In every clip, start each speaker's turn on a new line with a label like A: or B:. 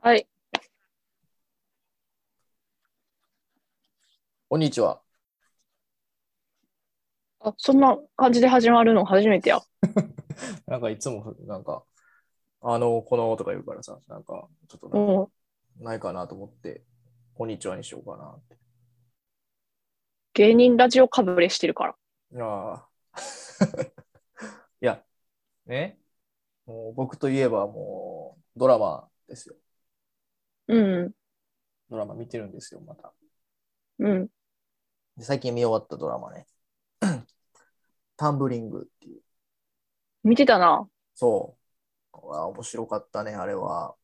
A: はい。
B: こんにちは。
A: あ、そんな感じで始まるの初めてや。
B: なんかいつも、なんか、あの、このとか言うからさ、なんか、ちょっと
A: う
B: なんか
A: ん。
B: ないかなと思って、こんにちはにしようかなって。
A: 芸人ラジオかぶれしてるから。
B: いやー いや、ね、もう僕といえばもうドラマですよ。
A: うん。
B: ドラマ見てるんですよ、また。
A: うん。
B: で最近見終わったドラマね。 タンブリングっていう。
A: 見てたな。
B: そう。うわ面白かったね、あれは。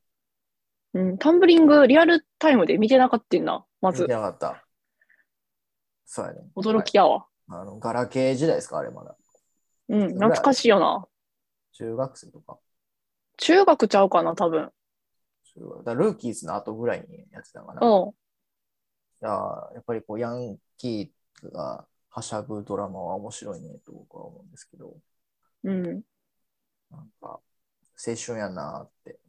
A: うん。タンブリング、リアルタイムで見てなかったんな。ま
B: 見て
A: ず、
B: なかった。そうやね。
A: 驚きやわ。
B: あの、ガラケー時代ですか、あれまだ。
A: うん。懐かしいよな。
B: 中学生とか。
A: 中学ちゃうかな、多分。
B: 中学だからルーキーズの後ぐらいにやってたかな。い
A: うん。
B: やーやっぱりこう、ヤンキーがはしゃぐドラマは面白いねと僕は思うんですけど、
A: うん。
B: なんか、青春やなーって。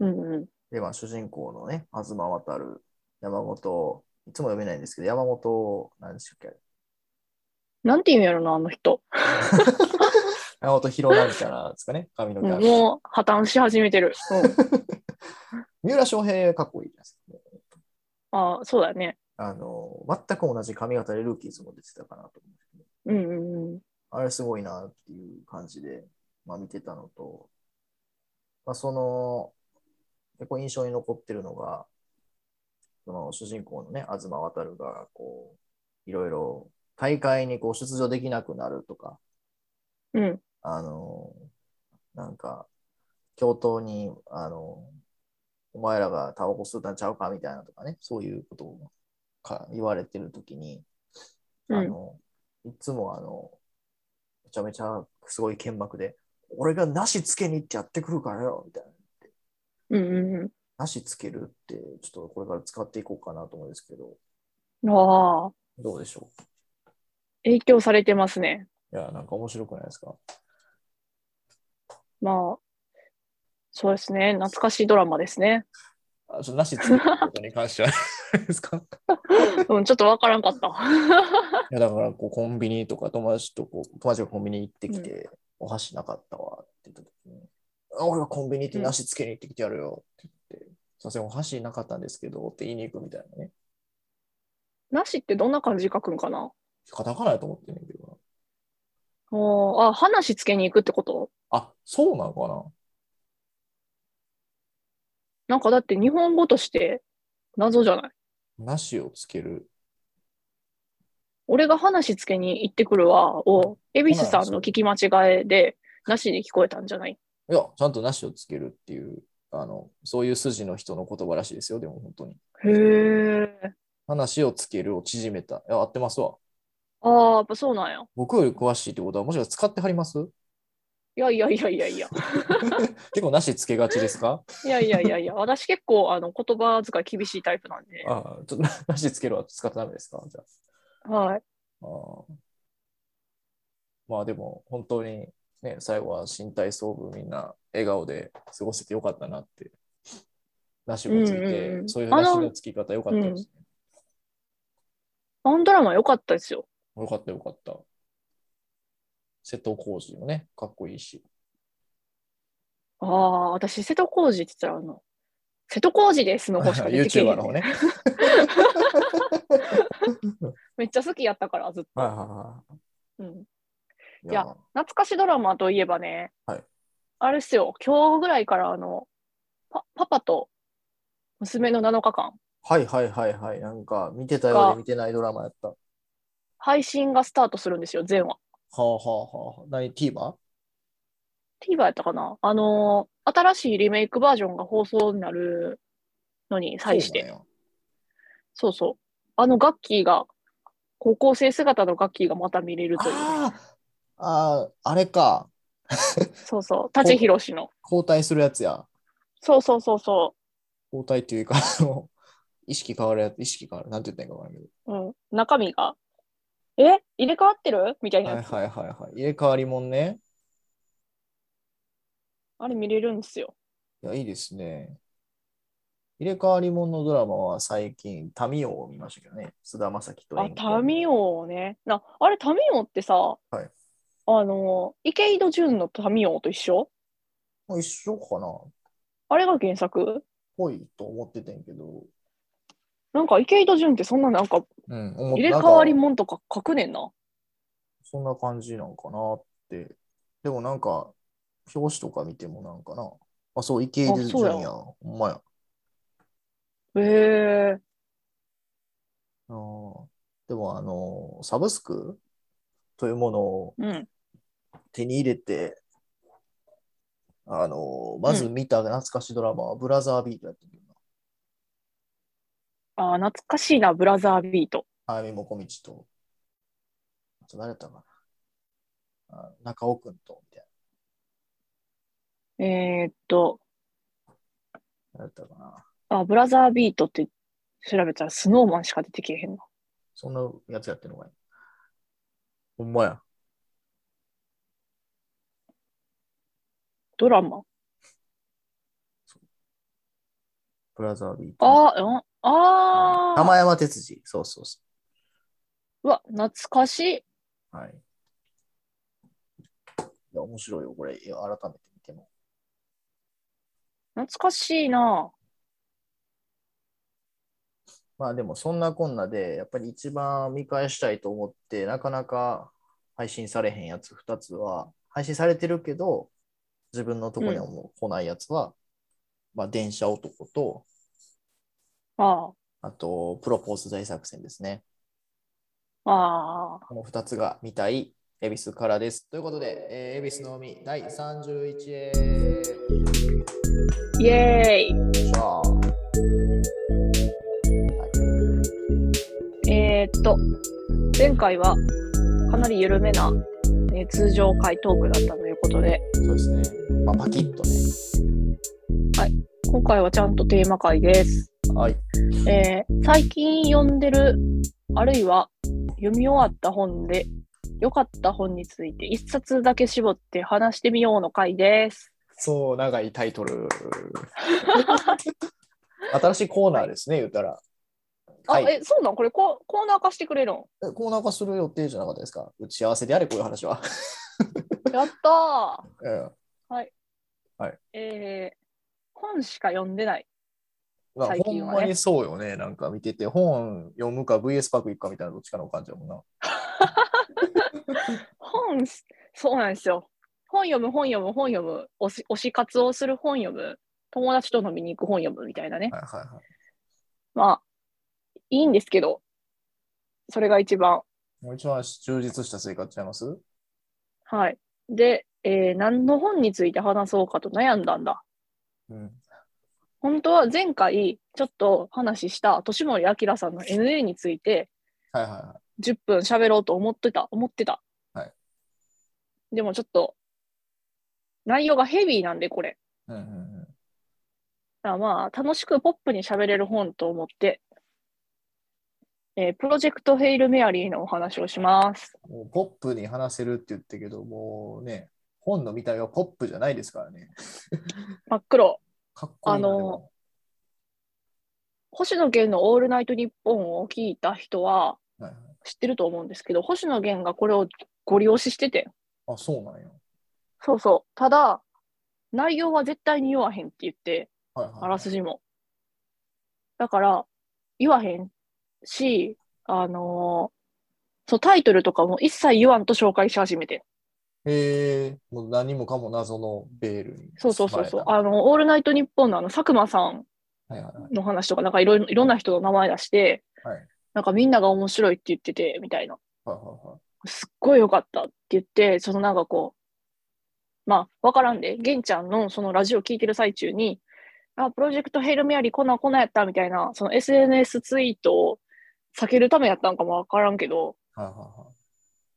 A: うんうん。
B: で、まあ、主人公のね、東渡る山本、いつも読めないんですけど、山本、何でしたっけ
A: なんて意味やろな、あの人。
B: 山本博なんちゃらですかね、髪の
A: う
B: 毛あ
A: ん
B: る。
A: もう破綻し始めてる。 うん。
B: 三浦翔平かっこいいじゃないですか。
A: あそうだね。
B: あの、全く同じ髪型でルーキーズも出てたかなと思うんですけど、
A: うんうんうん。
B: あれすごいなっていう感じで、まあ、見てたのと、まあ、その、結構印象に残ってるのが、その主人公のね、東渡るが、こう、いろいろ大会にこう出場できなくなるとか、
A: うん。
B: あの、なんか、教頭に、あの、お前らがタバコ吸うたんちゃうかみたいなとかね、そういうことをか言われてるときに、あ
A: うん
B: の、いつもあの、めちゃめちゃすごい剣幕で、俺がなしつけに行ってやってくるからよ、みたいな。
A: うんうん
B: なしつけるって、ちょっとこれから使っていこうかなと思うんですけど、
A: うん。ああ。
B: どうでしょ
A: 影響されてますね。
B: ういや、なんか面白くないですか
A: まあ、そうですね。懐かしいドラマですね。
B: あちょっとなしつけることに関し てはですか
A: うん、ちょっとわからんかった。
B: いやだからこうコンビニとか友達とこう友達がコンビニ行ってきて、お箸なかったわって言った時に、あ俺がコンビニ行ってなしつけに行ってきてやるよって言って、すいません、お箸なかったんですけどって言いに行くみたいなね。
A: なしってどんな感じ書くんかな
B: カタカナやと思ってんねんけどな。
A: あーあ、話つけに行くってこと
B: あ、そうなのかな
A: なんかだって日本語として謎じゃない
B: なしをつける。
A: 俺が話つけに行ってくるわを、恵比寿さんの聞き間違えで、なしに聞こえたんじゃない
B: いや、ちゃんとなしをつけるっていう、あの、そういう筋の人の言葉らしいですよ、でも本当に。
A: へえ。
B: 話をつけるを縮めた。いや、合ってますわ。
A: ああ、やっぱそうなんや。
B: 僕より詳しいってことは、もしかして使ってはります
A: いやいやいやいやいや。
B: 結構なしつけがちですか
A: いやいやいやいや。私結構あの言葉遣い厳しいタイプなんで。
B: ああ、ちょっとな なしつけるは使ってダメですかじゃ
A: はい。
B: あ。ああまあでも、本当に、ね、最後は身体操部みんな笑顔で過ごせてよかったなって。なしもついて、
A: うんうんうん
B: そういう
A: あ
B: なし
A: の
B: のつき方よかったですね。
A: あのドラマ良かったですよ。
B: よかったよかった。瀬戸康史もね、かっこいい し。
A: ああ、私、瀬戸康史って言ったら、あの、瀬戸康史ですの方しか出てけえへ
B: YouTuber
A: ん
B: の方ね。
A: めっちゃ好きやったから、ずっと。
B: はいは
A: うん、
B: い
A: いや懐かしドラマといえばね、
B: はい
A: あれっすよ、今日ぐらいから、あの、パパパと娘の7日間、
B: はいはいはいはい。なんか、見てたようで見てないドラマやった。は
A: 配信がスタートするんですよ、全話。
B: あはあはあ。何 ?TVer?
A: TVer やったかなあのー新しいリメイクバージョンが放送になるのに際して。
B: そうなんや
A: そうそうあのガッキーが、高校生姿のガッキーがまた見れるという。
B: ああ、ああ、あれか。
A: そうそう、舘ひろしの。
B: 交代するやつや。
A: そうそうそうそう。
B: 交代っていうか、あの、意識変わるやつ、意識変わる。なんて言ったらいいかわからんけど。
A: うん、中身が、え入れ替わってるみたいな
B: はい
A: やつ、
B: はいはいはい。入れ替わりもんね。
A: あれ見れるんですよ。
B: いや、いいですね。入れ替わりもんのドラマは最近、タミオを見ましたけどね。菅田将暉と
A: あ、タミ
B: オ。
A: オね。な、あれ、タミオってさ、
B: い
A: あの、池井戸潤のタミオと一緒
B: もう一緒かな
A: あれが原作
B: ぽいと思っててんけど。
A: なんか池井戸潤ってそんななんか
B: うん、思っ
A: 入れ替わり
B: なんか
A: もんとか書くねんな。
B: そんな感じなんかなって。でもなんか、表紙とか見てもなんかな。あ、そう、池井
A: あ
B: 出るじ
A: そうや
B: ゃんや。ほんまや。
A: へえ
B: あーでも、あの、サブスクというものを
A: うん。
B: 手に入れて、あの、まず見た懐かしドラマは、ブラザービートやってる
A: あー、懐かしいな、ブラザービート。
B: 早見もこみちと、あと誰だったかな。あ中尾くんと、みたい
A: えーっと、
B: な。誰だったかな。
A: あ、ブラザービートって調べたらスノーマンしか出てけえへんな。
B: そんなやつやってるのかい。ほんまや。
A: ドラマ。
B: ブラザービート。
A: あー、うん、あー。
B: 玉山哲司。そうそうそう
A: わ、懐かしい。
B: う。はい。いや、面白いよ、これ。いや改めて見ても。
A: 懐かしいな。
B: まあでも、そんなこんなで、やっぱり一番見返したいと思って、なかなか配信されへんやつ2つは、配信されてるけど、自分のとこにはもう来ないやつは、まあ、電車男と、
A: あ
B: あと、プロポーズ大作戦ですね。
A: あ、ああ。
B: この2つが見たい、恵比寿からです。ということで、えー、恵比寿の海第31へ。
A: イエー
B: じゃあ、
A: イ。えーっと、前回はかなり緩めな、えー通常回トークだったということで、
B: そうですね。まあ、パキッとね。
A: 今回はちゃんとテーマ回です。
B: はい。
A: えー最近読んでる、あるいは読み終わった本で、良かった本について一冊だけ絞って話してみようの回です。
B: そう、長いタイトル。 新しいコーナーですね、言ったら。
A: あ、
B: はい、
A: え、そうなんこれココーナー化してくれるん
B: えコーナー化する予定じゃなかったですか打ち合わせであれ、こういう話は。
A: やったー。
B: うん
A: えー本しか読んでない。
B: まあ
A: 最
B: ほん
A: 近はね
B: まにそうよね、なんか見てて、本読むか VS パーク行くかみたいなどっちかの感じだもんな。
A: 本す、そうなんですよ。本読む、本読む、本読む、推し推し活をする本読む、友達と飲みに行く本読むみたいなね。
B: はいはいはい。
A: まあ、いいんですけど、それが一番。
B: もう一番充実した生活ちゃいます
A: はい。で、えー何の本について話そうかと悩んだんだ。
B: うん。
A: 本当は前回、ちょっと話した、年森明さんの NA について、
B: はいはいは
A: 10分喋ろうと思ってた、思ってた。
B: はい
A: でもちょっと、内容がヘビーなんで、これ。
B: い。うんうんうん。
A: だからまあ、楽しくポップに喋れる本と思って、えープロジェクトヘイルメアリーのお話をします。
B: もうポップに話せるって言ったけど、もうね、本の見た目はポップじゃないですからね。
A: 真っ黒。
B: かっこいいな。
A: あの
B: でも
A: 星野源のオールナイトニッポンを聞いた人は
B: はいはい、
A: 知ってると思うんですけど、星野源がこれをご利用ししてて。
B: あ、そうなんや。
A: そうそう。ただ、内容は絶対に言わへんって言って、
B: はいはいはい、
A: あらすじも。だから、言わへんし、あのーそう、タイトルとかも一切言わんと紹介し始めて。
B: へえ、もう何もかも謎のベールに。
A: そうそうそうそう。
B: は
A: あの、オールナイトニッポンのあの、佐久間さん
B: いはいはい。
A: の話とか、なんかいろいろ、いろんな人の名前出して、
B: はい
A: なんかみんなが面白いって言ってて、みたいな。
B: はいはいはい。
A: すっごい良かったって言って、そのなんかこう、まあ、わからんで、玄ちゃんのそのラジオ聞いてる最中に、あ、プロジェクトヘイルメアリーこんなんこんなんやったみたいな、その SNS ツイートを避けるためやったんかもわからんけど、
B: はいはいはい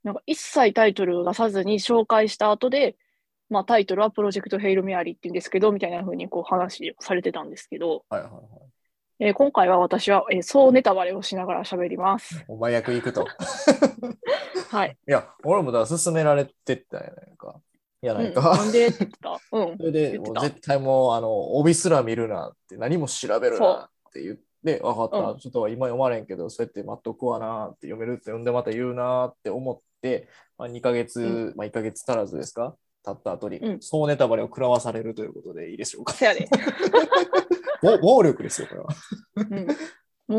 A: なんか一切タイトルを出さずに紹介した後で、まあタイトルはプロジェクトヘイルメアリーって言うんですけど、みたいな風にこう話をされてたんですけど、
B: はいはいはい。
A: えー今回は私は、えーそうネタバレをしながら喋ります。
B: お前 役行くと。
A: はい。
B: いや、俺もだから勧められてったやないか。や
A: う
B: ない
A: ん、
B: か。
A: なんでって言ってた。うん
B: それで、
A: 言って
B: も
A: た
B: う絶対もう、あの、帯すら見るなって、何も調べる
A: そ
B: な
A: う
B: って言って、分かった、
A: う
B: ちょっと今読まれんけど、そうやって待っとくわなって、読めるって読んでまた言うなって思って、まあ、2ヶ月、
A: う
B: まあ1ヶ月足らずですか経った後に、
A: うん
B: そうネタバレを食らわされるということでいいでしょうか。
A: せやで。
B: 暴暴力ですよ、これは。
A: うん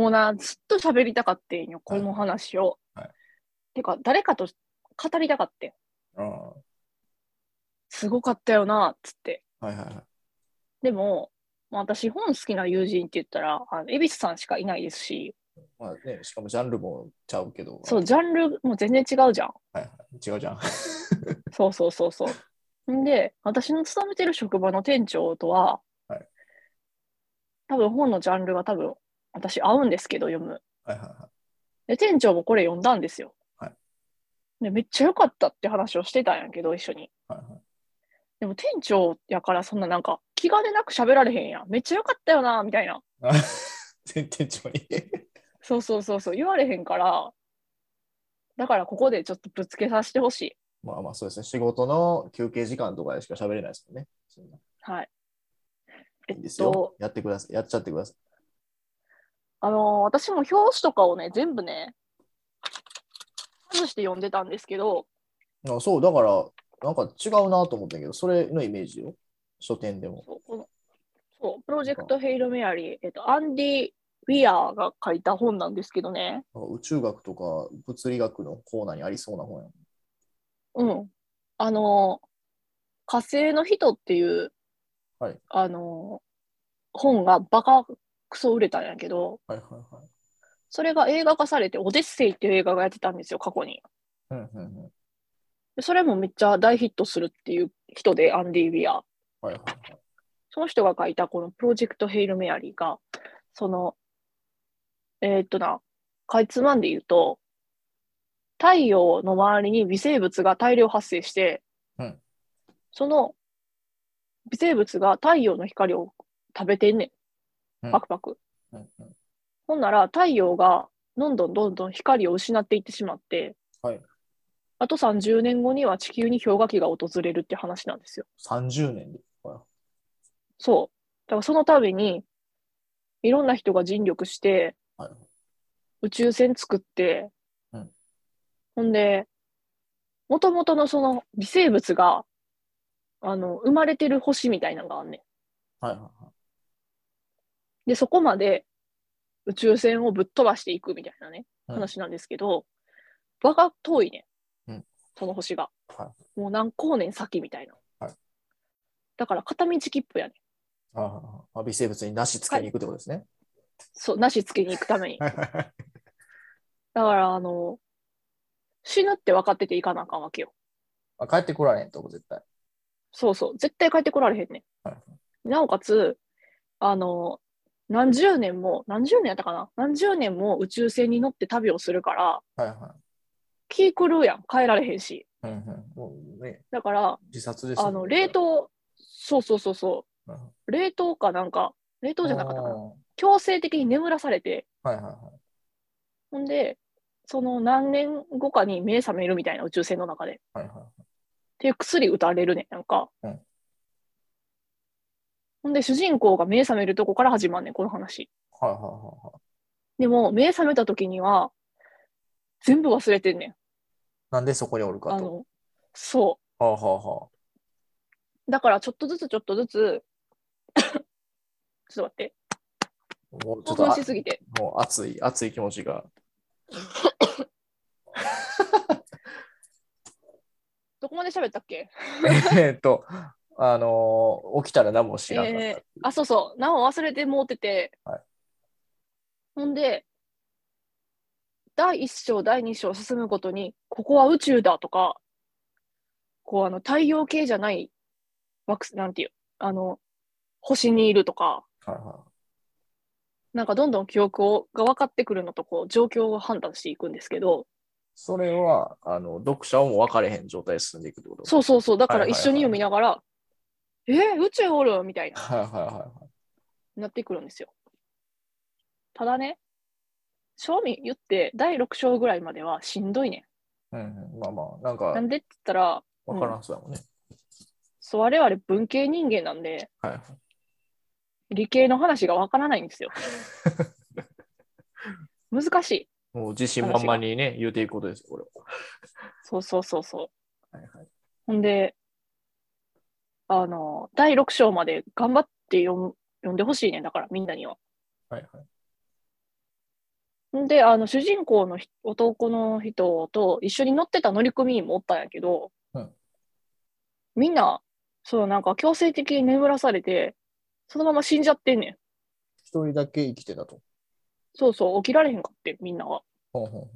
A: もうな、ずっと喋りたかってんよ、この話を。
B: はい
A: てか、誰かと語りたかってん。
B: うん
A: すごかったよな、つって。
B: はいはいはい。
A: でも、まあ私、本好きな友人って言ったら、あの恵比寿さんしかいないですし、
B: まあね、しかもジャンルもちゃうけど、
A: そう、ジャンルも全然違うじゃん。
B: 違うじゃん。
A: そうそうそうそう。んで、私の勤めてる職場の店長とは、
B: はい
A: 多分本のジャンルが多分、私合うんですけど、読む。
B: はいはいは
A: で、店長もこれ読んだんですよ。
B: はい
A: でめっちゃ良かったって話をしてたんやけど、一緒に。
B: い。はいはい
A: でも店長やからそんななんか気兼ねなく喋られへんやん。めっちゃ良かったよな、みたいな。
B: あ 全店長に。
A: そうそうそうそう、言われへんから、だからここでちょっとぶつけさせてほしい。
B: まあまあそうですね。仕事の休憩時間とかでしか喋れないですもんね。そんな
A: はい。え
B: いいで
A: っ
B: すよ、
A: と、
B: やってください。やっちゃってください。
A: あのー私も表紙とかをね、全部ね、外して読んでたんですけど、
B: あそう、だから、なんか違うなと思ったけど、それのイメージよ。書店でも。
A: そうこのそうプロジェクト・ヘイル・メアリー、えっと、アンディ・ウィアーが書いた本なんですけどね、
B: なんか宇宙学とか物理学のコーナーにありそうな本やん。
A: うん。あのー火星の人っていう、
B: はい
A: あのー本がバカクソ売れたんやけど、
B: はいはいはい。
A: それが映画化されて、オデッセイっていう映画がやってたんですよ、過去に。
B: うんうんうん。
A: でそれもめっちゃ大ヒットするっていう人で、アンディ・ウィアー。
B: はいはいはい。
A: その人が書いたこのプロジェクト・ヘイル・メアリーが、その、えーっとな、かいつまんで言うと、太陽の周りに微生物が大量発生して、
B: うん
A: その微生物が太陽の光を食べてんね。
B: うんん
A: パクパク。
B: うんうん
A: ほんなら太陽がどんどんどんどん光を失っていってしまって、
B: はい
A: あと30年後には地球に氷河期が訪れるって話なんですよ。
B: 30年で。はい
A: そう。だからその度に、いろんな人が尽力して、
B: はい
A: 宇宙船作って、
B: うん
A: ほんで、もともとのその微生物が、あの、生まれてる星みたいなのがあんね
B: はいはい。
A: ん。で、そこまで宇宙船をぶっ飛ばしていくみたいなね、
B: うん
A: 話なんですけど、場が遠いね、
B: うん
A: その星が。
B: は
A: もう何光年先みたいな。
B: はい
A: だから片道切符やね
B: ああ、まあ、微生物になしつけに行くってことですね。
A: そう、なしつけに行くために。
B: はいはいはい。
A: だから、あの、死ぬって分かってていかなあかんわけよ。
B: あ帰ってこられんとこ、絶対。
A: そうそう。絶対帰ってこられへんね
B: はい
A: ん。なおかつ、あの、何十年も、何十年やったかな何十年も宇宙船に乗って旅をするから、
B: はいは
A: 気狂うやん。帰られへんし。
B: い。うんうん。もうね、
A: だから、
B: 自殺です、
A: あの、冷凍、そうそうそうそ
B: うんうん
A: う。冷凍かなんか、冷凍じゃなかったか
B: あー
A: な。強制的に眠らされて、
B: はいはいはい。
A: ほんで、その何年後かに目覚めるみたいな宇宙船の中で。
B: はいはい
A: っていう薬打たれるねんなんか、
B: うん
A: ほんで主人公が目覚めるとこから始まんねんこの話
B: はいはいはいはい。
A: でも目覚めた時には全部忘れてんねん
B: なんでそこにおるか
A: あ
B: と。
A: のそ
B: はあはあは
A: うだからちょっとずつちょっとずつ ちょっと待って
B: あ。もうち
A: 興
B: ょっと
A: 奮
B: あ
A: しすぎて
B: もう熱い、熱い気持ちが。
A: どこまで喋ったっけ
B: えーっと、あのー起きたら何も知らなかった。
A: えーあそうそう何を忘れてもうてて、
B: はい
A: ほんで第1章第2章進むごとにここは宇宙だとかこうあの太陽系じゃない惑星なんていうあの星にいるとか
B: はいは
A: なんかどんどん記憶をが分かってくるのとこう状況を判断していくんですけど
B: い、それはあの読者をも分かれへん状態で進んでいくってこと
A: そうそうそうだから
B: はいはい
A: 一
B: は
A: 緒
B: い
A: に読みながら「えー宇宙おる?」みたいな
B: はいはいは
A: なってくるんですよ。ただね、正味言って第6章ぐらいまではしんどいね
B: いはい。うんうん、まあまあ、なん
A: ん。
B: か
A: なんでって言ったら、
B: 分からんそうだもんね。
A: そう我々文系人間なんで、
B: はいはい。
A: 理系の話がわからないんですよ。難しい。
B: もう自信満々にね、言うていくことですよ、これ
A: そうそうそうそう。
B: は。はいはい。
A: ほんで、あの、第6章まで頑張って読む読んでほしいねんだから、みんなには。
B: はいはい。
A: んで、あの、主人公のひ男の人と一緒に乗ってた乗組員もおったんやけど、
B: うん
A: みんな、そう、なんか強制的に眠らされて、そのまま死んじゃってんねん。
B: 一人だけ生きてたと。
A: そうそう、起きられへんかって、みんなが。
B: ほうほうほう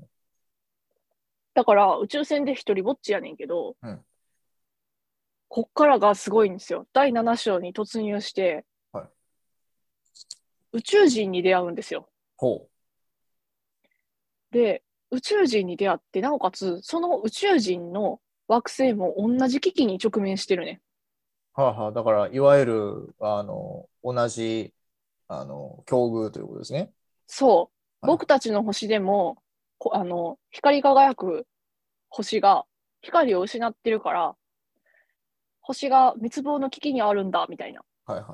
A: だから、宇宙船で一人ぼっちやねんけど、
B: うん
A: こっからがすごいんですよ。第7章に突入して、
B: はい
A: 宇宙人に出会うんですよ。
B: ほ
A: で宇宙人に出会ってなおかつその宇宙人の惑星も同じ危機に直面してるね
B: う。はあはあ、だから、いわゆる、あの、同じ、あの、境遇ということですね。
A: そう、
B: はい
A: 僕たちの星でもこあの光り輝く星が光を失ってるから星が滅亡の危機にあるんだみたいな
B: はいは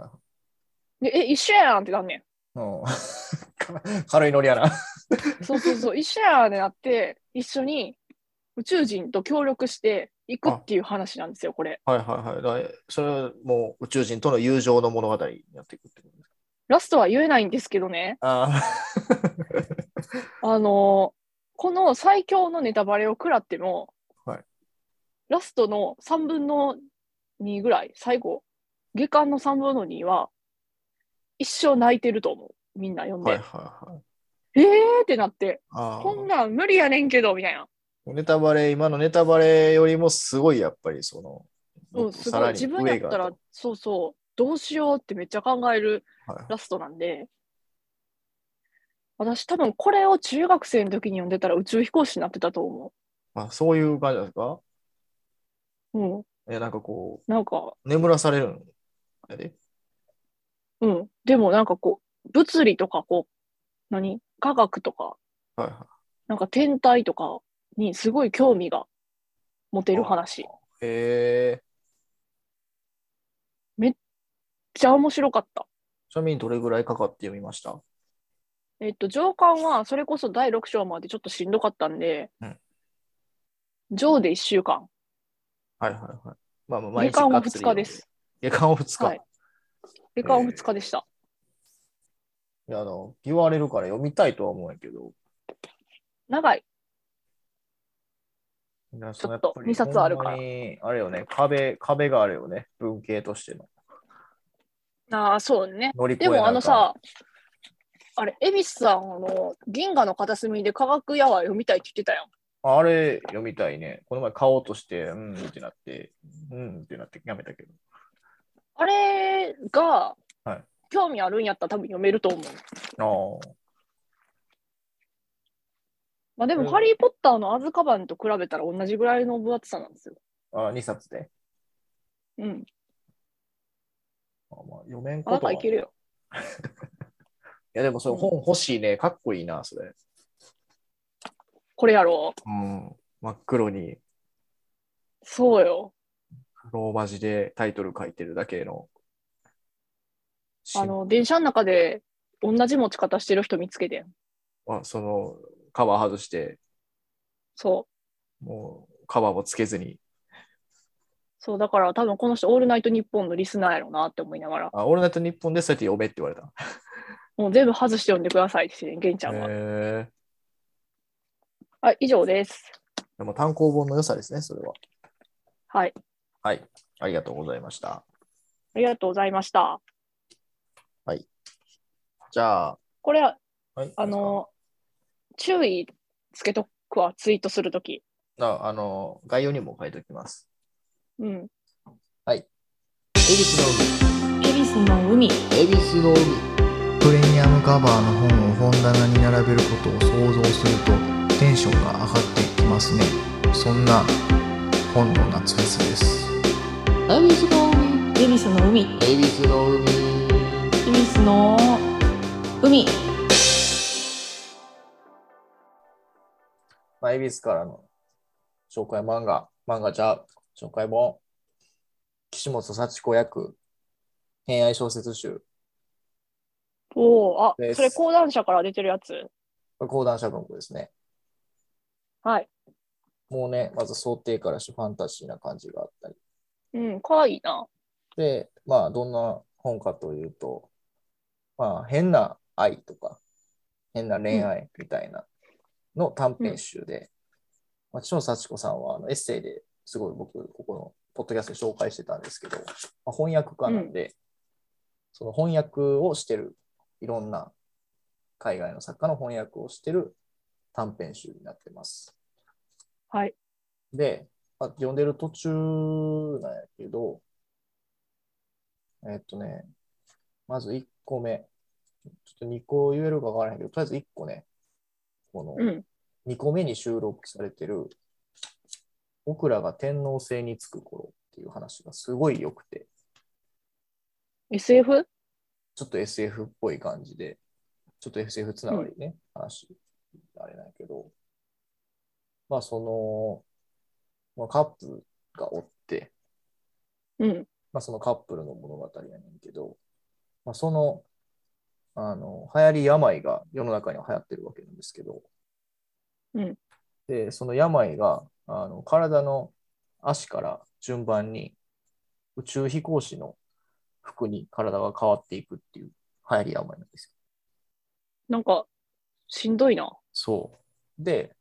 B: いはい。
A: でえ一緒やんってなんね
B: うん、 軽いノリやな。
A: んそうそう そう一緒やんってなって一緒に宇宙人と協力していくっていう話なんですよこれ
B: はいはいはい。だからそれはもう宇宙人との友情の物語になっていくってことですか。
A: ラストは言えないんですけどね
B: あ
A: あのこの最強のネタバレを食らっても、
B: はい
A: ラストの3分の2ぐらい、最後、下巻の3分の2は、一生泣いてると思う。みんな読ん
B: あ、
A: で。
B: はいはいはい。
A: えーってなって、
B: あ
A: こんなん無理やねんけど、みたいな。
B: あ、ネタバレ、今のネタバレよりもすごいやっぱりその、
A: そうす
B: さ
A: ごい。
B: らに
A: 自分やった
B: 上
A: ら
B: が、
A: そうそう、どうしようってめっちゃ考える
B: とはい
A: ラストなんで、私多分これを中学生の時に読んでたら宇宙飛行士になってたと思
B: まあ、そういう感じなんですか
A: う。うん。
B: え、なんかこ
A: なんか、
B: う、眠らされるんやで。
A: うん。でもなんかこう、物理とかこう、何科学とか、
B: はいは
A: なんか天体とかにすごい興味が持てる話。めっ
B: い。へえ。
A: ちゃ面白かった。
B: ちなみにどれぐらいかかって読みました
A: えっと、上巻はそれこそ第6章までちょっとしんどかったんで、
B: うん
A: 上で1週間、
B: はいはいはい。まあ、まあ毎
A: 下
B: 日
A: 巻
B: が
A: は
B: っつり
A: 2日です。
B: 読んで。下巻を2日。
A: はい
B: い、
A: 下巻は2日でした。
B: や、あの、言われるから読みたいとは思うんやけど。
A: 長い。
B: いや
A: ちょっ
B: その
A: と
B: やぱり
A: 二冊あるから
B: ほんまにあれよね、壁、壁があるよね、文系としての。
A: ああ、そうね。
B: 乗り越え
A: で
B: なか
A: もあのさ、あれ、恵比寿さん、あの、銀河の片隅で科学やわ読みたいって言ってたやん。
B: ああれ読みたいね。この前買おうとして、うんってなって、うんってなってやめたけど。
A: あれが、
B: はい
A: 興味あるんやったら多分読めると思う。
B: ああ、
A: まあでも、
B: うん
A: ハリー・ポッターのアズカバンと比べたら同じぐらいの分厚さなんですよ。
B: ああ2冊で。
A: うん。
B: ああまあ、読めん
A: あ
B: こ
A: な
B: と
A: た
B: は。
A: いけ
B: い
A: るよ。
B: や、でもそれ本欲しいね。かっこいいな、それ。
A: これやろう。
B: うん。真っ黒に、
A: そうよ。
B: ローマ字でタイトル書いてるだけの。
A: あの、電車の中で同じ持ち方してる人見つけてん。
B: あその、カバー外して、
A: そう。
B: もうカバーもつけずに。
A: そう、だから多分この人、オールナイトニッポンのリスナーやろうなって思いながら、
B: あ、オールナイト日本でそうやって読めって言われた。
A: もう全部外して読んでくださいって言ってん、玄ちゃんは。
B: へえ。
A: はい、以上です。
B: でも単行本の良さですね、それは。
A: はい。
B: はい。ありがとうございました。
A: ありがとうございました。
B: じゃあ、
A: これは、
B: はい
A: あ、の、注意つけとくわ、ツイートするとき。
B: ああの概要にも書いておきます。
A: うん。
B: 恵比寿
A: 恵比寿の海。
B: の海、恵比寿の海。
C: プレミアムカバーの本を本棚に並べることを想像するとテンションが上がってきますねそんな本の夏フェスです
B: 恵比寿の海、
A: 恵比寿の海。
B: 恵比寿の海。
A: 恵比寿の海。
B: まあ、恵比寿からの紹介漫画、漫画じゃ紹介本、岸岸本幸子役、偏愛小説集、
A: おお、あ
B: で、す
A: それ講談社から出てるやつ。
B: 講談社文庫ですね。
A: はい。
B: もうね、まず想定からしてファンタジーな感じがあったり。
A: うん、かわいいな。
B: で、まあ、どんな本かというと、まあ、変な愛とか、変な恋愛みたいなの短編集で、まあ、千野幸子さんはあのエッセイですごい僕、ここのポッドキャストで紹介してたんですけど、まあ、翻訳家なんで、その翻訳をしてる、いろんな海外の作家の翻訳をしてる短編集になってます。
A: はい。
B: で、あ読んでる途中なんやけど、えっとね、まず1個目、ちょっと2個言えるかわからないけど、とりあえず1個ね、こ
A: う
B: の
A: ん。
B: 2個目に収録されてる、僕らが天皇制につく頃っていう話がすごい良くて、
A: SF?
B: ちょっと SF っぽい感じで、ちょっと SF つながりね、話、あれなんやけど、まあその、まあ、カップがおって、
A: うん。
B: まあ、そのカップルの物語やねんけど、まあ、その、あの、流行り病が世の中には流行ってるわけなんですけど、
A: うん
B: で、その病が、あの、体の足から順番に宇宙飛行士の服に体が変わっていくっていう流行り病なんですよ
A: なんか、しんどいな。
B: そう。で、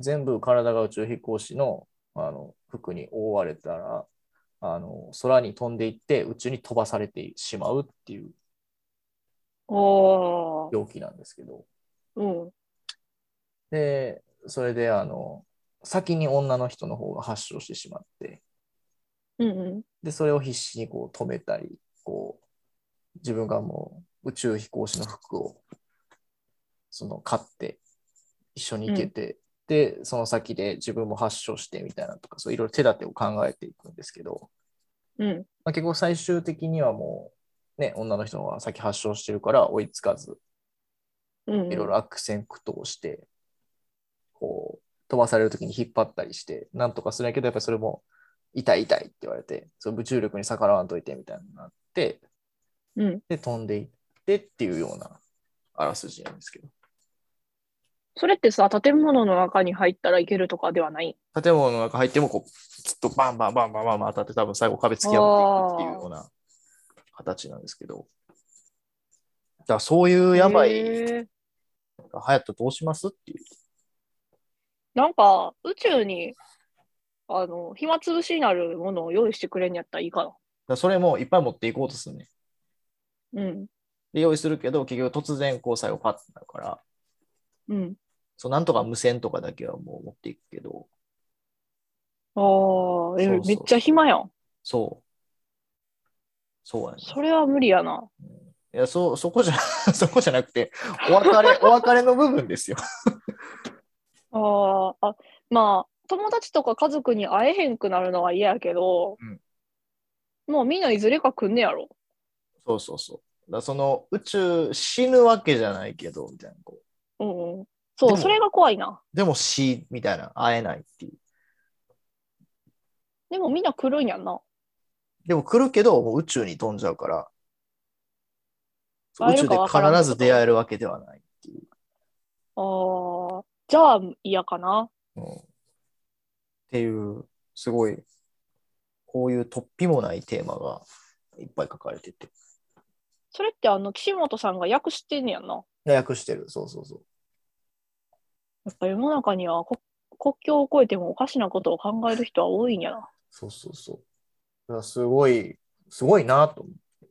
B: 全部体が宇宙飛行士のあの服に覆われたらあの、空に飛んでいって宇宙に飛ばされてしまうっていう
A: おー。
B: 病気なんですけど、
A: うん。
B: で、それであの、先に女の人の方が発症してしまって、
A: うんうん。
B: で、それを必死にこう止めたり、こう、自分がもう宇宙飛行士の服を、その、買って、一緒に行けて、で、その先で自分も発症してみたいなとか、そういろいろ手立てを考えていくんですけど、
A: うん。
B: まあ、結構最終的にはもう、ね、女の人の方が先発症してるから追いつかず、
A: うん。
B: いろいろ悪戦苦闘して、こう、飛ばされるときに引っ張ったりして、なんとかするんやけど、やっぱりそれも、痛い痛いって言われて、その無重力に逆らわんといてみたいになって、
A: うん。
B: で、飛んでいってっていうようなあらすじなんですけど。
A: それってさ、建物の中に入ったらいけるとかではない。
B: 建物の中入っても、こう、ずっとバンバンバンバンバンバン当たって、多分最後壁突き破っていくっていうような形なんですけど。だからそういうやばい
A: へー
B: が流行ったらどうしますっていう。
A: なんか、宇宙に、あの、暇つぶしになるものを用意してくれんやったらいいか
B: だからそれもいっぱい持っていこうとするね。
A: な。うん。
B: で、用意するけど、結局突然こう最後パッてなるから、
A: うん。
B: そうなんとか無線とかだけはもう持っていくけど、
A: ああ、え
B: そうそう
A: めっちゃ暇やん。
B: そう。そうやね。
A: それは無理やな。
B: いや、そう、そこじゃ、 そこじゃなくて、お別 れ、お別れの部分ですよ。
A: ああ、あ、まあ、友達とか家族に会えへんくなるのは嫌やけど、もうみんないずれか来んねやろ。
B: そうそうそう。だからその宇宙死ぬわけじゃないけど、みたいな。こう
A: うんうん。
B: で
A: そう、
B: も
A: それが怖いな。
B: でも死、みたいな、会えないっていう。
A: でもみんな来るんやんな。
B: でも来るけど、もう宇宙に飛んじゃうから、そう宇
A: 会え
B: 宙
A: るか
B: で
A: わからん
B: 必ず出会えるわけではないっていう。
A: ああ、じゃあ嫌かな。
B: うんっていう、すごい、こういう突飛もないテーマがいっぱい書かれてて。
A: それってあの、岸本さんが訳してんねやんな。
B: 訳してる。そうそうそう。
A: やっぱ世の中にはこ国境を越えてもおかしなことを考える人は多いんやな。
B: そうそうそう。だからすごい、すごいなと思う。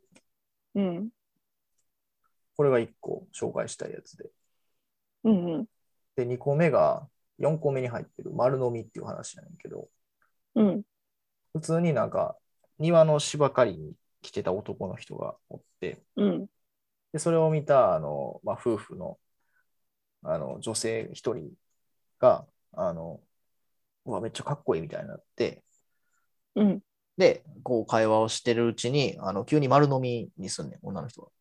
A: うん。
B: これが1個紹介したいやつで。
A: うんうん。
B: で、2個目が、4個目に入ってる丸飲みっていう話なんやけど、
A: うん。
B: 普通になんか、庭の芝刈りに来てた男の人がおって、
A: うん。
B: で、それを見た、あの、まあ、夫婦の、あの、女性一人が、あの、うわ、めっちゃかっこいいみたいになって、
A: うん。
B: で、こう会話をしてるうちに、あの、急に丸飲みにすんねん、女の人は。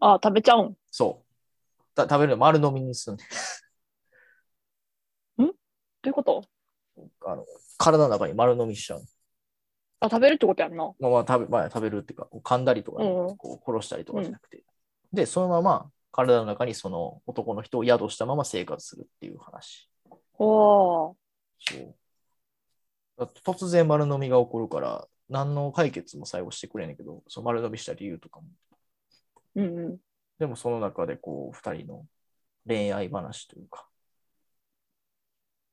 A: ああ、食べちゃうん。
B: そう。た食べるの丸飲みにすんねん。
A: どういうこと
B: あの、体の中に丸飲みしちゃう。
A: あ、食べるってことやんな。
B: まあまあ食べまあ、食べるっていうか、こう噛んだりとかね、
A: うんうん
B: こう殺したりとかじゃなくて。で、そのまま体の中にその男の人を宿したまま生活するっていう話。
A: おー。
B: そうだって突然丸飲みが起こるから、何の解決も最後してくれんねんけど、その丸飲みした理由とかも。
A: うんうん。
B: でもその中でこう、二人の恋愛話というか、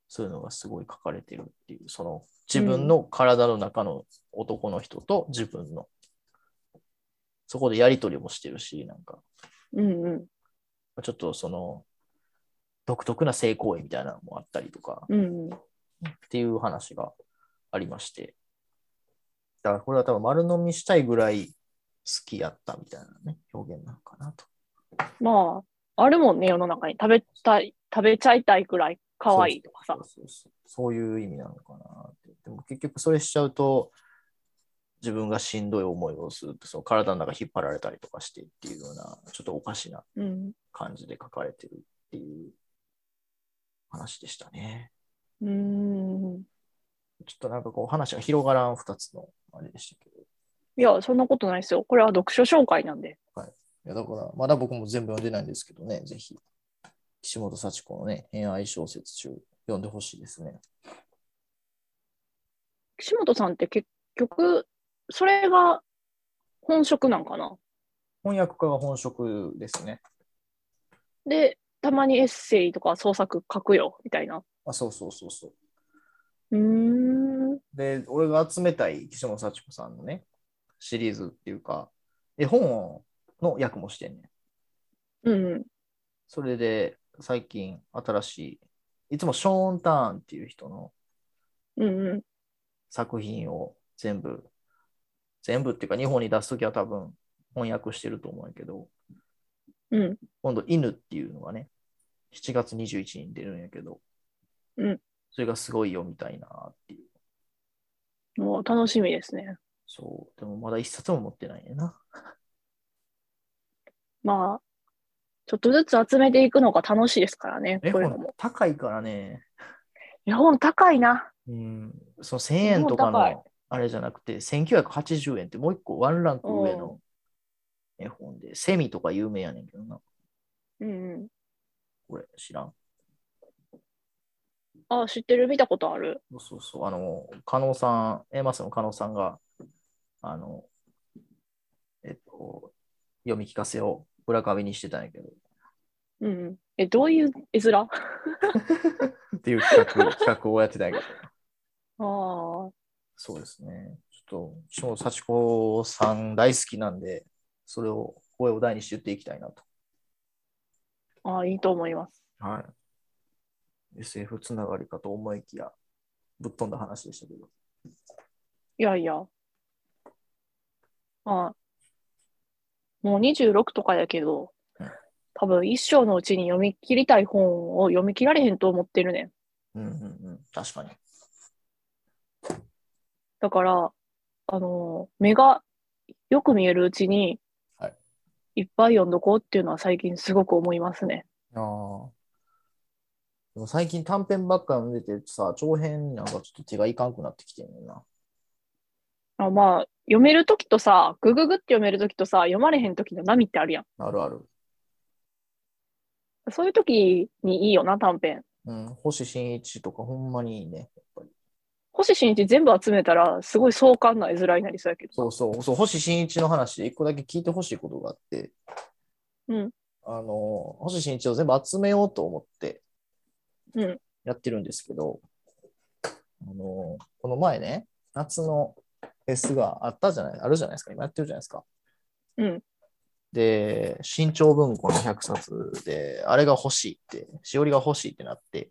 B: そういうのがすごい書かれてるっていう、その自分の体の中の男の人と自分の、そこでやりとりもしてるし、なんか、
A: うんうん。
B: ちょっとその、独特な性行為みたいなのもあったりとか、
A: うんうん。
B: っていう話がありまして。だからこれは多分丸飲みしたいぐらい好きやったみたいなね、表現なのかなと。
A: まあ、あるもんね、世の中に。食べたい、食べちゃいたいくらい可愛いとかさ
B: そう。そうそうそういう意味なのかなって。でも結局それしちゃうと、自分がしんどい思いをすると、その体の中引っ張られたりとかしてっていうような、ちょっとおかしな
A: うん。
B: 感じで書かれてるっていう話でしたね。
A: うん。
B: ちょっとなんかこう話が広がらん2つのあれでしたけど。
A: いや、そんなことないですよ。これは読書紹介なんで。
B: いやだから、まだ僕も全部読んでないんですけどね、ぜひ、岸本幸子のね、恋愛小説中、読んでほしいですね。
A: 岸本さんって結局、それが本職なんかな。
B: 翻訳家が本職ですね。
A: で、たまにエッセイとか創作書くよ、みたいな。
B: あ、そうそうそうそう。
A: うーん。
B: で、俺が集めたい岸本幸子さんのね、シリーズっていうか、絵本の訳もしてんね。
A: うん。
B: それで、最近、新しい、いつもショーン・ターンっていう人の
A: うんうん。
B: 作品を全部、全部っていうか、日本に出すときは多分、翻訳してると思うんやけど、
A: うん。
B: 今度、犬っていうのがね、7月21日に出るんやけど、
A: うん
B: それがすごい読みたいなっていう。
A: もう楽しみですね。
B: そう、でもまだ一冊も持ってないねんな。
A: まあ、ちょっとずつ集めていくのが楽しいですからね、
B: 絵
A: こういうのも
B: 本。高いからね、
A: 絵本高いな。
B: うん、その1000円とか
A: 絵本高い
B: のあれじゃなくて、1980円ってもう一個ワンランク上の絵本で、セミとか有名やねんけどな、
A: うんうん。
B: これ知らん。
A: あ、知ってる、見たことある。
B: そうそうそう、あの、加納さん、A マスの加納さんが、あの、えっと、読み聞かせを裏壁にしてたんやけど、
A: うんうん。え、どういう絵面あ
B: っていう企画企画をやってたんやけど、
A: あ。
B: そうですね。ちょっと、岸本幸子さん大好きなんで、それを声を大にして言っていきたいなと。
A: ああ、いいと思います。
B: はい。SF つながりかと思いきや、ぶっ飛んだ話でしたけど。
A: いやいや。まあ、もう26とかやけど
B: うん、
A: 多分一生のうちに読み切りたい本を読み切られへんと思ってるねん。
B: うんうんうん。確かに。
A: だから、あの、目がよく見えるうちに
B: はい、
A: いっぱい読んどこうっていうのは最近すごく思いますね。
B: ああ。でも最近短編ばっか読んでてさ、長編なんかちょっと手がいかんくなってきてんねんな。
A: あまあ、読めるときとさ、グググって読めるときとさ、読まれへんときの波ってあるやん。
B: あるある。
A: そういうときにいいよな、短編。
B: うん。星新一とかほんまにいいね。やっぱり。
A: 星新一全部集めたら、すごい壮観な絵面になりそうやけど。
B: そうそう。そう星新一の話で一個だけ聞いてほしいことがあって、
A: うん。
B: あの、星新一を全部集めようと思って
A: うん。
B: やってるんですけど、あの、この前ね、夏のフェスがあったじゃない、あるじゃないですか、今やってるじゃないですか。
A: うん。
B: で、新潮文庫の100冊で、あれが欲しいって、しおりが欲しいってなって、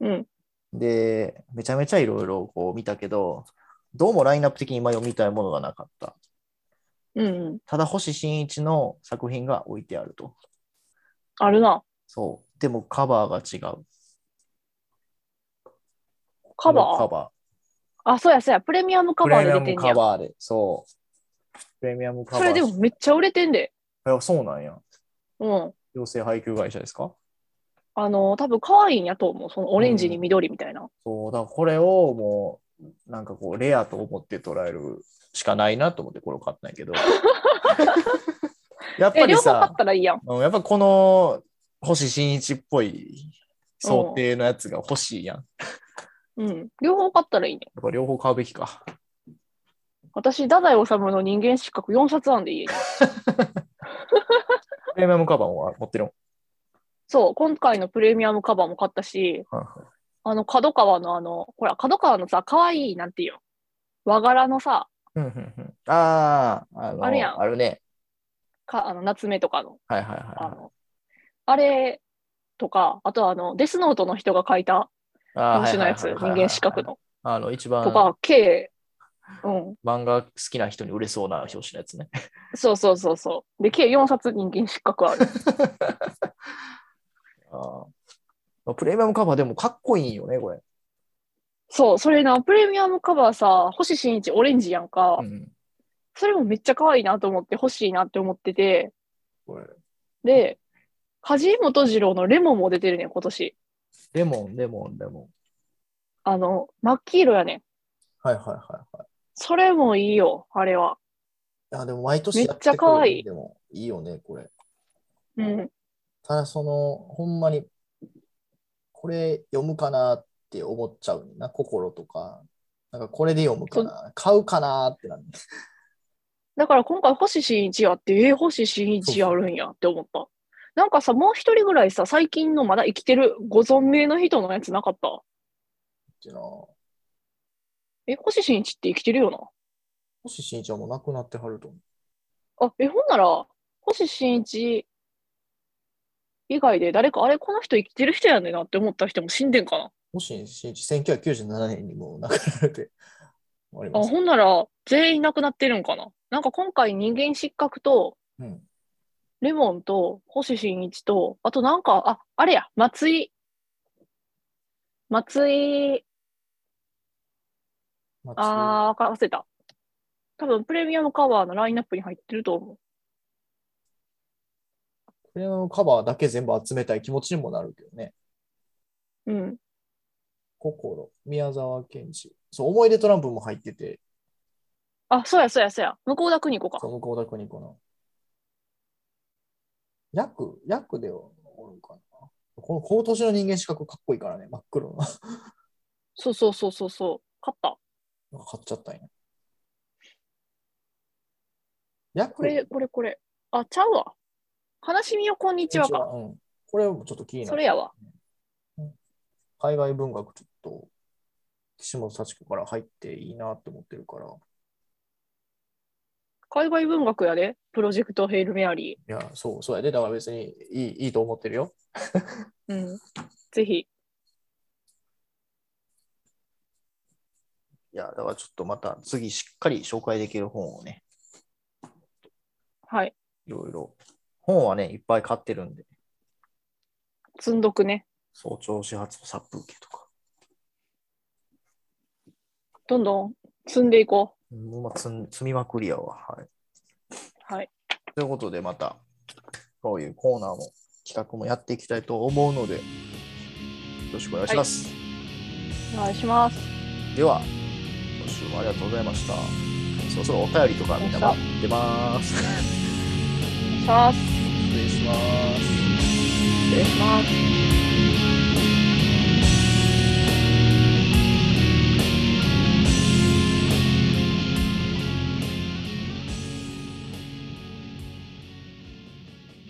A: うん。
B: で、めちゃめちゃいろいろこう見たけど、どうもラインナップ的に今読みたいものがなかった。
A: うんうん。
B: ただ星新一の作品が置いてあると。
A: あるな。
B: そう。でもカバーが違う。
A: カバー
B: カバー。
A: あ、そうやそうや。プレミアムカバーで出
B: プ
A: て
B: レミ
A: ん
B: アム
A: ねや
B: カ。バーで。そう。プレミアムカバー。
A: それでもめっちゃ売れてんで。
B: いやそうなんや。
A: うん。
B: 養成配給会社ですか
A: あの、多分可愛いんやと思う。そのオレンジに緑みたいな。
B: そう、だからこれをもなんかこう、レアと思って捉えるしかないなと思って、これを買ったんや けど。やっぱ
A: え、
B: り
A: 両方買
B: さ
A: っ、たらいいやん。
B: うんやっぱこの星新一っぽい想定のやつが欲しいやん。や
A: うん。両方買ったらいいね。
B: っぱ両方買うべきか。
A: 私、太宰治の人間失格4冊あんで家に。
B: プレミアムカバンは持ってるもん。
A: そう、今回のプレミアムカバーも買ったし、
B: はい
A: あの、角川のあの、ほら、角川のさ、可愛いなんていうの和柄のさ、
B: うんうんうんああ、あの
A: あるやん
B: あるね。
A: かあの夏目とかの、
B: はいはいはい
A: あ
B: はい。
A: の、あれとか、あとあの、デスノートの人が書いた
B: あー
A: 表紙のやつ、
B: はい
A: 人
B: はいはいはい
A: 間失格の、
B: あの、一
A: と
B: 番
A: か、計、うん、
B: 漫画好きな人に売れそうな表紙のやつね。
A: そうそうそうそう。で、計4冊人間失格あ る。
B: あーまあプレミアムカバーでもかっこいいんよね、これ。
A: そう、それな、プレミアムカバーさ、星新一オレンジやんか、
B: うん、
A: それもめっちゃ可愛いなと思って、欲しいなって思ってて、
B: これ
A: で、梶本次郎のレモンも出てるねん、今年。
B: レモン、レモン、レモン。
A: あの、真っ黄色やねん。
B: はいはいはいはい。
A: それもいいよ、あれは。
B: いやでも毎年
A: めっちゃ可愛い
B: やってくるよねでもいいよね、これ。
A: うん。
B: ただその、ほんまに、これ読むかなって思っちゃうねんな、心とか。なんかこれで読むかな、買うかなってなんです。
A: だから今回、星新一やって、えー、星新一あるんやって思った。なんかさ、もう一人ぐらいさ、最近のまだ生きてるご存命の人のやつなかった
B: っていうのは
A: え、星新一って生きてるよな。
B: 星新一はもうなくなってはると思う。
A: あ、え、ほんなら、星新一以外で誰か、あれ、この人生きてる人やねんなって思った人も死んでんかな。
B: 星新一、1997年にもう亡くなられて 終わり
A: あ、
B: ました。
A: ほんなら、全員亡くなってるんかな。なんか今回、人間失格と、
B: うん、
A: レモンと、星新一と、あとなんか、あ、あれや、松井。松井、
B: まあ、
A: あー、わか忘れた。多分、プレミアムカバーのラインナップに入ってると思う。
B: プレミアムカバーだけ全部集めたい気持ちにもなるけどね。
A: うん。
B: 心、宮沢賢治。そう、思い出トランプも入ってて、
A: あ、そうや、そうや、そうや。向田邦子か
B: そ。う、向田邦子の。ヤク、ヤクではおるかな。この今年の人間資格かっこいいからね、真っ黒の。 なん
A: そうそうそうそうそう。勝った。
B: か買っちゃったんや。ヤク
A: これ、これ、これ。あ、ちゃうわ。悲しみよ、こんにちはか。
B: うん。これもちょっと気にな
A: そ
B: る
A: れ。やわ。
B: 海外文学ちょっと岸本幸子から入っていいなって思ってるから、い
A: 海外文学やで。プロジェクトヘイルメアリ
B: や、そう、そうやで、だから別にいいいいと思ってるよ。
A: ー。うん。ぜひ。
B: いや、だからちょっとまた次しっかり紹介できる本をね、
A: はい。
B: いろいろ。本はね、いっぱい買ってるんで、
A: 積んどくね。
B: 早朝始発の殺風景とか。
A: どんどん積んでいこ
B: もうま積ん積みまくりやわ。はい。
A: う。はい。
B: ということで、また、こういうコーナーも企画もやっていきたいと思うので、よろしくお願いします。
A: お願いします。
B: では、今週もありがとうございました。そろそろお便りとかみんな待ってます。
A: お願いします。
B: 失礼します。
A: 失礼します。